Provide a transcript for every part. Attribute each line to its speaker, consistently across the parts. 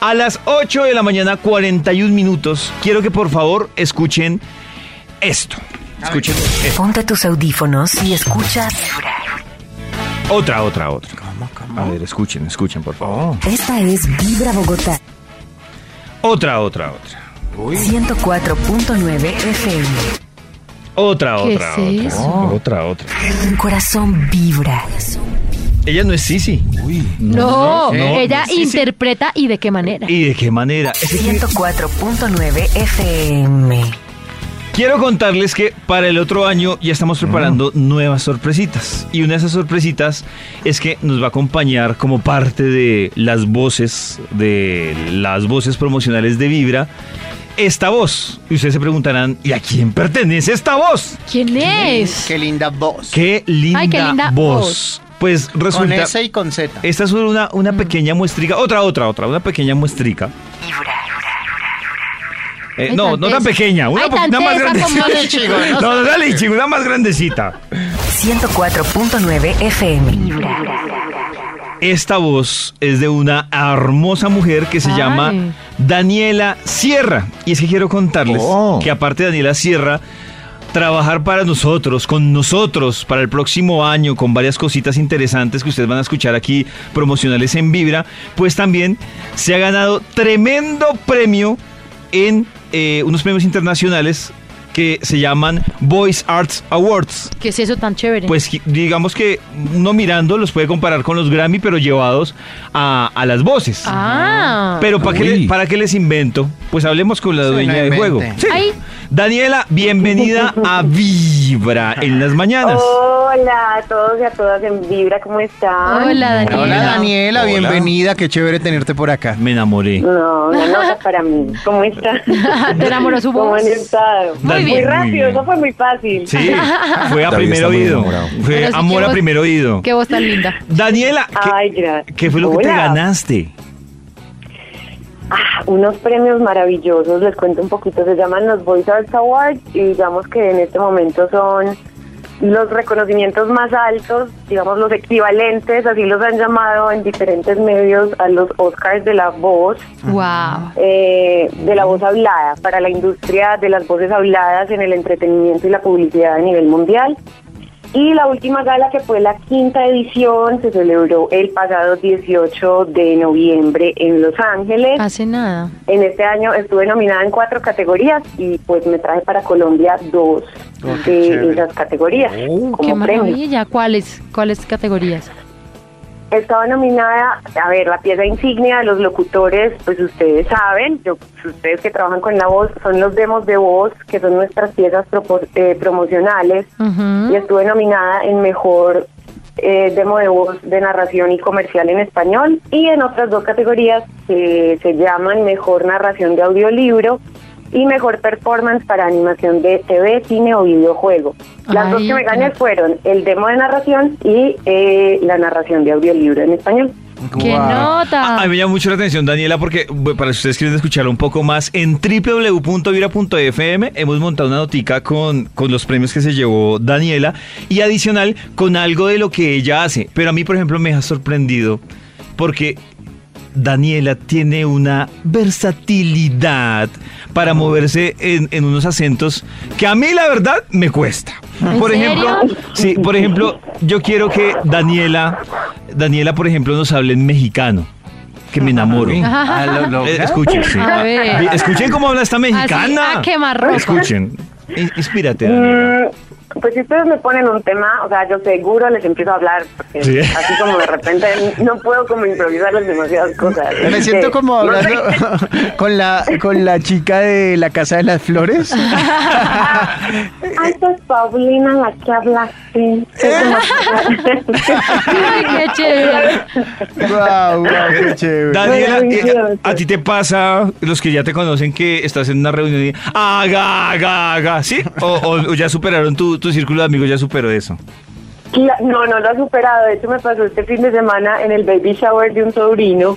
Speaker 1: A las 8 de la mañana, 41 minutos, quiero que por favor escuchen esto. Escuchen esto.
Speaker 2: Ponte tus audífonos y escucha.
Speaker 1: Otra, otra, otra. A ver, escuchen, escuchen, por favor.
Speaker 2: Esta es Vibra Bogotá
Speaker 1: Otra, otra, otra.
Speaker 2: 104.9 FM.
Speaker 1: Otra,
Speaker 3: ¿Qué
Speaker 1: otra,
Speaker 3: es
Speaker 1: otra.
Speaker 3: eso?
Speaker 1: Otra, otra.
Speaker 2: Tu corazón vibra.
Speaker 1: Ella no es Sisi. no,
Speaker 3: No, ella
Speaker 1: sí, sí.
Speaker 3: interpreta y de qué manera.
Speaker 1: ¿Y de qué manera? Es que
Speaker 2: 104.9 FM.
Speaker 1: Quiero contarles que para el otro año ya estamos
Speaker 3: Mm.
Speaker 1: preparando nuevas sorpresitas. Y una de esas sorpresitas es que nos va a acompañar como parte de las voces, de las voces promocionales de Vibra, esta voz. Y ustedes se preguntarán, ¿y a quién pertenece esta voz?
Speaker 3: ¿Quién es?
Speaker 4: Qué linda voz.
Speaker 1: ¡Qué linda,
Speaker 3: Ay, qué linda
Speaker 1: voz.
Speaker 3: voz.
Speaker 1: Pues
Speaker 4: Con
Speaker 1: resulta...
Speaker 4: S y con Z.
Speaker 1: Esta es solo una, una pequeña muestrica, otra, otra, otra, una pequeña muestrica. Eh,
Speaker 3: Ay,
Speaker 1: no, no tan
Speaker 3: tanteza.
Speaker 1: pequeña, una,
Speaker 3: Ay,
Speaker 1: po- una más
Speaker 3: tanteza,
Speaker 1: grandecita.
Speaker 3: como
Speaker 4: lechigo,
Speaker 1: No, no sea lechigo, una más grandecita.
Speaker 2: 104.9 FM.
Speaker 1: Esta voz es de una hermosa mujer que se
Speaker 3: Ay.
Speaker 1: llama Daniela Sierra. Y es que quiero contarles
Speaker 5: Oh.
Speaker 1: que aparte de Daniela Sierra, trabajar para nosotros, con nosotros, para el próximo año, con varias cositas interesantes que ustedes van a escuchar aquí, promocionales en Vibra, pues también se ha ganado tremendo premio en eh, unos premios internacionales que se llaman Voice Arts Awards.
Speaker 3: ¿Qué es eso tan chévere?
Speaker 1: Pues gi- digamos que uno mirando los puede comparar con los Grammy, pero llevados a, a las voces.
Speaker 3: ah,
Speaker 1: Pero ¿para qué, le-
Speaker 5: Uy.
Speaker 1: ¿para qué les invento? Pues hablemos con la
Speaker 4: Sí,
Speaker 1: dueña
Speaker 4: no
Speaker 1: del juego.
Speaker 4: invente.
Speaker 1: Sí.
Speaker 3: Ay.
Speaker 1: Daniela, bienvenida a Vibra en las mañanas.
Speaker 6: Hola a todos y a todas en Vibra, ¿cómo están?
Speaker 3: hola Daniela.
Speaker 4: Hola Daniela,
Speaker 1: Hola.
Speaker 4: bienvenida, qué chévere tenerte por acá.
Speaker 1: Me enamoré.
Speaker 6: No, una nota para mí. ¿Cómo están?
Speaker 3: Te enamoró su
Speaker 6: ¿Cómo
Speaker 3: voz.
Speaker 6: han estado?
Speaker 1: Muy bien.
Speaker 6: Muy
Speaker 1: Muy
Speaker 6: rápido,
Speaker 1: bien.
Speaker 6: eso fue muy fácil.
Speaker 1: Sí, fue a
Speaker 5: David
Speaker 1: primer
Speaker 5: está muy
Speaker 1: oído.
Speaker 5: enamorado.
Speaker 1: Fue
Speaker 3: Pero sí
Speaker 1: amor
Speaker 3: que
Speaker 1: a
Speaker 3: vos-
Speaker 1: primer oído.
Speaker 3: Qué voz tan linda.
Speaker 1: Ah. Daniela, ¿qué,
Speaker 6: Ay, gracias.
Speaker 1: qué fue lo que te
Speaker 6: Hola.
Speaker 1: ganaste?
Speaker 6: Ah, unos premios maravillosos, les cuento un poquito. Se llaman los Voice Arts Awards y digamos que en este momento son los reconocimientos más altos, digamos los equivalentes, así los han llamado en diferentes medios a los Oscars de la voz.
Speaker 3: Wow.
Speaker 6: eh, de la voz hablada, para la industria de las voces habladas en el entretenimiento y la publicidad a nivel mundial. Y la última gala, que fue la quinta edición, se celebró el pasado 18 de noviembre en Los Ángeles.
Speaker 3: Hace nada.
Speaker 6: En este año estuve nominada en cuatro categorías y pues me traje para Colombia dos
Speaker 4: Oh, qué
Speaker 6: de
Speaker 4: chévere. Oh.
Speaker 6: esas categorías
Speaker 3: Qué
Speaker 6: como premios.
Speaker 3: maravilla. ¿Cuáles? ¿Cuáles categorías?
Speaker 6: Estaba nominada, a ver, la pieza insignia de los locutores, pues ustedes saben, yo, ustedes que trabajan con la voz, son los demos de voz, que son nuestras piezas propor- eh, promocionales.
Speaker 3: Ujú.
Speaker 6: Y estuve nominada en mejor eh, demo de voz de narración y comercial en español. Y en otras dos categorías que se llaman mejor narración de audiolibro y mejor performance para animación de TV, cine o videojuego. Las dos
Speaker 3: Ay,
Speaker 6: que me
Speaker 3: qué
Speaker 6: gané
Speaker 3: nota.
Speaker 6: fueron el demo de narración y eh, la narración de audiolibro en español.
Speaker 3: ¡Qué nota!
Speaker 1: A, a mí me llama mucho la atención, Daniela, porque bueno, para si ustedes quieren escucharlo un poco más, en www.vira.fm hemos montado una notica con, con los premios que se llevó Daniela y adicional con algo de lo que ella hace. Pero a mí, por ejemplo, me ha sorprendido porque Daniela tiene una versatilidad para moverse en, en unos acentos que a mí la verdad me cuesta.
Speaker 3: ¿En
Speaker 1: Por ejemplo,
Speaker 3: serio?
Speaker 1: sí, por ejemplo, yo quiero que Daniela, Daniela, por ejemplo, nos hable en mexicano, que me enamoro.
Speaker 4: Ah, lo- lo-
Speaker 1: Eh, Escuchen, sí.
Speaker 3: A ver.
Speaker 1: Vi- Escuchen cómo habla esta mexicana.
Speaker 3: Así, ah, a quemarropa.
Speaker 1: Escuchen. In- Inspírate, Daniela.
Speaker 6: Mm, Pues si ustedes me ponen un tema, o sea, yo seguro les empiezo a hablar, porque
Speaker 1: Sí.
Speaker 6: así como de repente no puedo como improvisarles demasiadas cosas.
Speaker 4: Me
Speaker 6: Así
Speaker 4: siento
Speaker 6: que,
Speaker 4: como
Speaker 6: no sé.
Speaker 4: hablando con la con la chica de la casa de las flores.
Speaker 6: Ah, esta es Paulina la que habla así.
Speaker 3: Ay, qué chévere.
Speaker 4: Guau, guau, qué chévere.
Speaker 1: Daniela,
Speaker 6: Bueno,
Speaker 1: eh,
Speaker 6: Dios.
Speaker 1: a ti te pasa, los que ya te conocen, que estás en una reunión y haga, haga, haga, ¿sí? O, o- o ya superaron tu, tu círculo de amigos, ya superó eso.
Speaker 6: Cla- No, no lo ha superado. De hecho, me pasó este fin de semana en el baby shower de un sobrino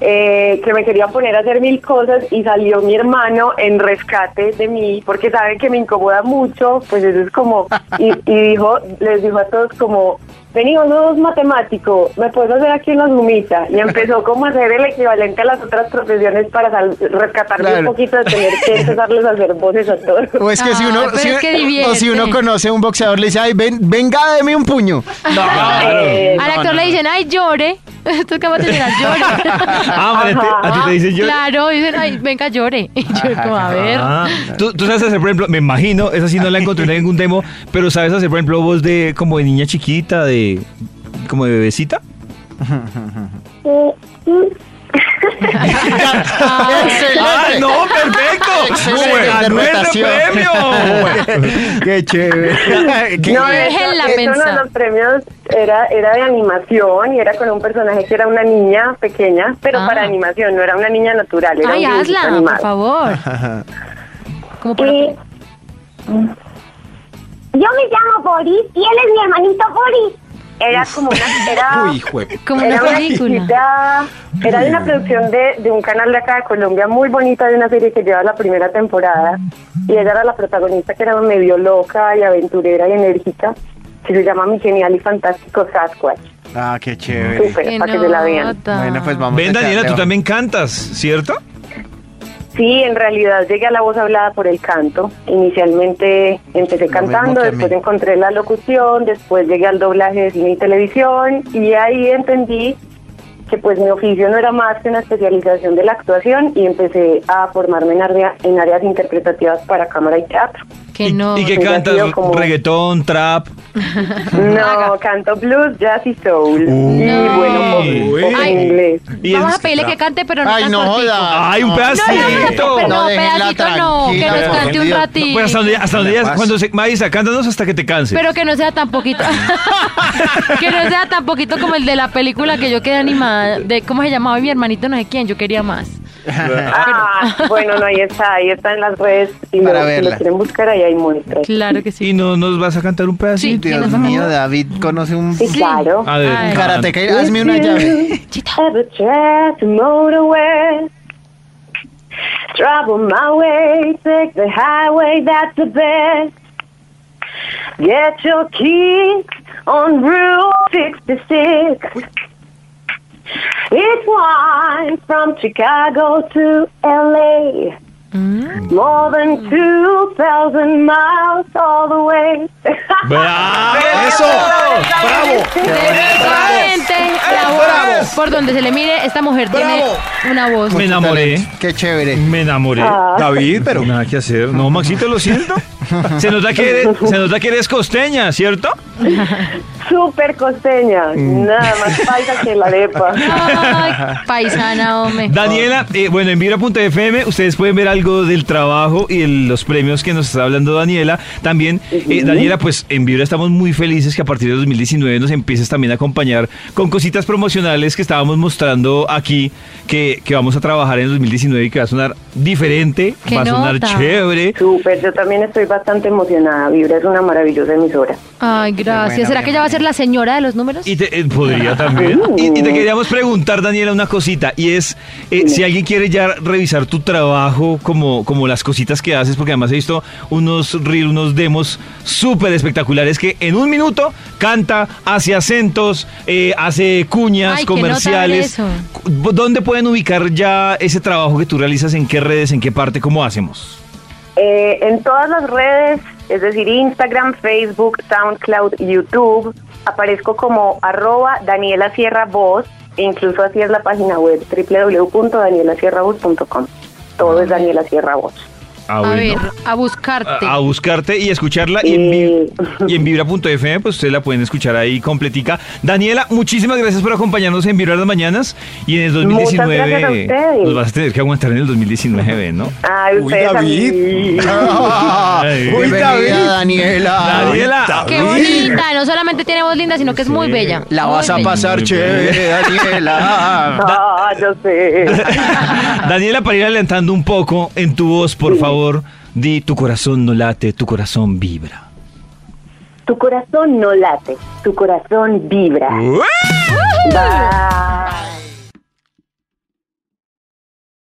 Speaker 6: eh, que me quería poner a hacer mil cosas y salió mi hermano en rescate de mí porque sabe que me incomoda mucho. Pues eso es como. Y, y dijo, les dijo a todos como. Vení, vos no sos matemático, ¿me puedes hacer aquí una sumita? Y empezó como a hacer el equivalente a las otras profesiones para sal- rescatarme un
Speaker 4: Claro.
Speaker 6: poquito de tener que empezarles a hacer voces a todos.
Speaker 4: O es que si
Speaker 3: Ay,
Speaker 4: uno,
Speaker 3: Ah, pero
Speaker 4: si-
Speaker 3: es que
Speaker 4: o si
Speaker 3: divierte.
Speaker 4: uno conoce a un boxeador, le dice, ay, ven, venga, deme un puño.
Speaker 6: Eh,
Speaker 3: Al actor le dicen, ay, llore. Tú acabas de llegar, llore.
Speaker 1: Ah, vale, te- a ti te dicen yo.
Speaker 3: Claro, dicen, ay, venga, llore. Y yo, como, a ver.
Speaker 1: Ah, ¿tú, tú sabes hacer, por ejemplo, me imagino, esa sí no la encontré en ningún demo, pero sabes hacer, por ejemplo, voz de como de niña chiquita, de como de bebecita.
Speaker 3: Ah,
Speaker 1: ¡Ah, no! ¡Perfecto!
Speaker 4: Excelente
Speaker 1: Bueno, ¡Anuel de
Speaker 4: interpretación.
Speaker 1: premio!
Speaker 4: Qué chévere. Qué-
Speaker 6: No,
Speaker 3: Déjenla
Speaker 6: eso, eso
Speaker 3: pensar.
Speaker 6: uno de los premios era, era de animación y era con un personaje que era una niña pequeña, pero
Speaker 3: Ah.
Speaker 6: para animación, no era una niña natural. Era
Speaker 3: Ay,
Speaker 6: un dibujito
Speaker 3: hazla,
Speaker 6: animado.
Speaker 3: por favor. Como por
Speaker 5: Sí. Yo me llamo Boris y él es mi hermanito Boris.
Speaker 6: Era como una. Era,
Speaker 4: Uy, hijo de-
Speaker 3: Como
Speaker 6: era
Speaker 3: una
Speaker 6: una
Speaker 3: película.
Speaker 6: chiquita- Era de una producción de, de un canal de acá de Colombia muy bonita, de una serie que lleva la primera temporada. Y ella era la protagonista que era medio loca y aventurera y enérgica, que se llama Mi Genial y Fantástico Sasquatch.
Speaker 4: Ah, qué chévere.
Speaker 6: Súper, para que se la vean.
Speaker 3: nota.
Speaker 4: Bueno, pues vamos.
Speaker 1: Ven,
Speaker 4: a
Speaker 1: Daniela, tú
Speaker 4: echarle
Speaker 1: también cantas, ¿cierto?
Speaker 6: Sí, en realidad llegué a la voz hablada por el canto. Inicialmente
Speaker 4: Lo
Speaker 6: empecé
Speaker 4: mismo
Speaker 6: cantando,
Speaker 4: que a
Speaker 6: después
Speaker 4: mí.
Speaker 6: encontré la locución, después llegué al doblaje de cine y televisión y ahí entendí que pues mi oficio no era más que una especialización de la actuación y empecé a formarme en, área- en áreas interpretativas para cámara y teatro.
Speaker 3: Que
Speaker 1: ¿Y,
Speaker 3: no.
Speaker 1: ¿Y qué
Speaker 6: Hubiera
Speaker 1: cantas?
Speaker 6: sido como-
Speaker 1: ¿Reggaetón, trap?
Speaker 6: No, canto blues, jazz y soul. Y bueno, poco-
Speaker 1: Uy.
Speaker 6: poco
Speaker 3: Ay.
Speaker 6: en inglés.
Speaker 1: Y
Speaker 3: Vamos
Speaker 1: es-
Speaker 3: a pedirle que cante, pero no
Speaker 4: Ay,
Speaker 3: tan
Speaker 4: no
Speaker 3: cortico.
Speaker 4: joda.
Speaker 1: ¡Ay, un
Speaker 3: No, no, no,
Speaker 1: pedacito!
Speaker 3: no,
Speaker 4: No,
Speaker 3: no,
Speaker 4: déjenla
Speaker 3: pedacito no, que
Speaker 4: tranquila,
Speaker 3: nos
Speaker 4: por
Speaker 3: cante un
Speaker 4: Dios.
Speaker 3: ratito.
Speaker 1: Pues hasta donde, hasta donde
Speaker 4: Me
Speaker 1: ya-
Speaker 4: paso.
Speaker 1: cuando se, Maísa, cántanos hasta que te canses.
Speaker 3: Pero que no sea tan poquito. que no sea tan poquito como el de la película que yo quedé animada. De cómo se llamaba mi hermanito, no sé quién, yo quería más.
Speaker 6: Ah, bueno, no, ahí está, ahí está en las redes. Si,
Speaker 4: Para
Speaker 6: lo, si lo
Speaker 4: verla.
Speaker 6: quieren buscar, ahí hay muestras.
Speaker 3: Claro que sí.
Speaker 1: ¿Y no nos vas a cantar un pedacito?
Speaker 3: ¿Quién
Speaker 4: Dios
Speaker 3: nos
Speaker 4: mío,
Speaker 3: amó?
Speaker 4: David conoce un
Speaker 6: Sí, claro.
Speaker 1: A ver,
Speaker 3: Ay.
Speaker 1: canta.
Speaker 4: karateca. Hazme una
Speaker 6: If
Speaker 4: llave.
Speaker 6: you Ever try to motor west? Travel my way, take the highway, that's the best. Get your key on Route 66. It winds from Chicago to LA. More than 2,000 miles all the way.
Speaker 1: ¡Bravo!
Speaker 4: ¡Eso! ¡Bravo!
Speaker 3: Definitivamente, la voz, Por donde se le mire, esta mujer tiene una voz.
Speaker 1: Me enamoré.
Speaker 4: Qué chévere.
Speaker 1: Me enamoré.
Speaker 6: Ah.
Speaker 1: David, pero. Nada que hacer. No, Maxito, lo siento. Se nota que eres, se nota que eres costeña, ¿cierto?
Speaker 6: Súper costeña, nada más paisa que la arepa.
Speaker 3: Ay, paisana, hombre.
Speaker 1: Daniela, eh, bueno, en Vibra.fm ustedes pueden ver algo del trabajo y el- los premios que nos está hablando Daniela. También, eh, Daniela, pues en Vibra estamos muy felices que a partir de 2019 nos empieces también a acompañar con cositas promocionales que estábamos mostrando aquí, que, que vamos a trabajar en 2019 y que va a sonar diferente,
Speaker 3: ¡Qué
Speaker 1: va a sonar
Speaker 3: nota!
Speaker 1: chévere.
Speaker 6: Súper, yo también estoy bastante emocionada. Vibra es una maravillosa emisora.
Speaker 3: Ay, gracias. ¿Será que ella va a ser la señora de los números?
Speaker 1: Y te, eh, podría también. Y, y te queríamos preguntar, Daniela, una cosita. Y es, eh, si alguien quiere ya revisar tu trabajo, como, como las cositas que haces, porque además he visto unos reels, unos demos súper espectaculares que en un minuto canta, hace acentos, eh, hace cuñas
Speaker 3: Ay, qué nota
Speaker 1: comerciales.
Speaker 3: ver
Speaker 1: Cu- ¿Dónde pueden ubicar ya ese trabajo que tú realizas? ¿En qué redes? ¿En qué parte? ¿Cómo hacemos?
Speaker 6: Eh, en todas las redes, es decir, Instagram, Facebook, SoundCloud, YouTube, aparezco como arroba Daniela Sierra Voz, e incluso así es la página web, www.danielasierravoz.com. Todo es Daniela Sierra Voz.
Speaker 1: Ah,
Speaker 3: A
Speaker 1: bueno.
Speaker 3: ver, a buscarte.
Speaker 1: a, a buscarte y escucharla y en,
Speaker 6: Eh.
Speaker 1: vi- y en vibra.fm pues ustedes la pueden escuchar ahí completica. Daniela, muchísimas gracias por acompañarnos en Vibra las mañanas y en el
Speaker 6: Muchas gracias a
Speaker 1: 2019
Speaker 6: ustedes.
Speaker 1: nos vas a tener que aguantar en el 2019, ¿no?
Speaker 6: Ay, ustedes a mí.
Speaker 1: Ay,
Speaker 4: Uy, David. Daniela.
Speaker 1: Daniela,
Speaker 3: Qué bonita. No solamente tiene voz linda, sino que es muy bella.
Speaker 4: La
Speaker 3: Muy
Speaker 4: vas a
Speaker 3: bella.
Speaker 4: pasar
Speaker 1: Muy
Speaker 4: chévere, Daniela.
Speaker 6: Ah, yo sé.
Speaker 1: Daniela, para ir alentando un poco en tu voz, por favor, di tu corazón no late, tu corazón vibra.
Speaker 6: Tu corazón no late, tu corazón vibra.
Speaker 1: ¡Ué!
Speaker 6: Bye.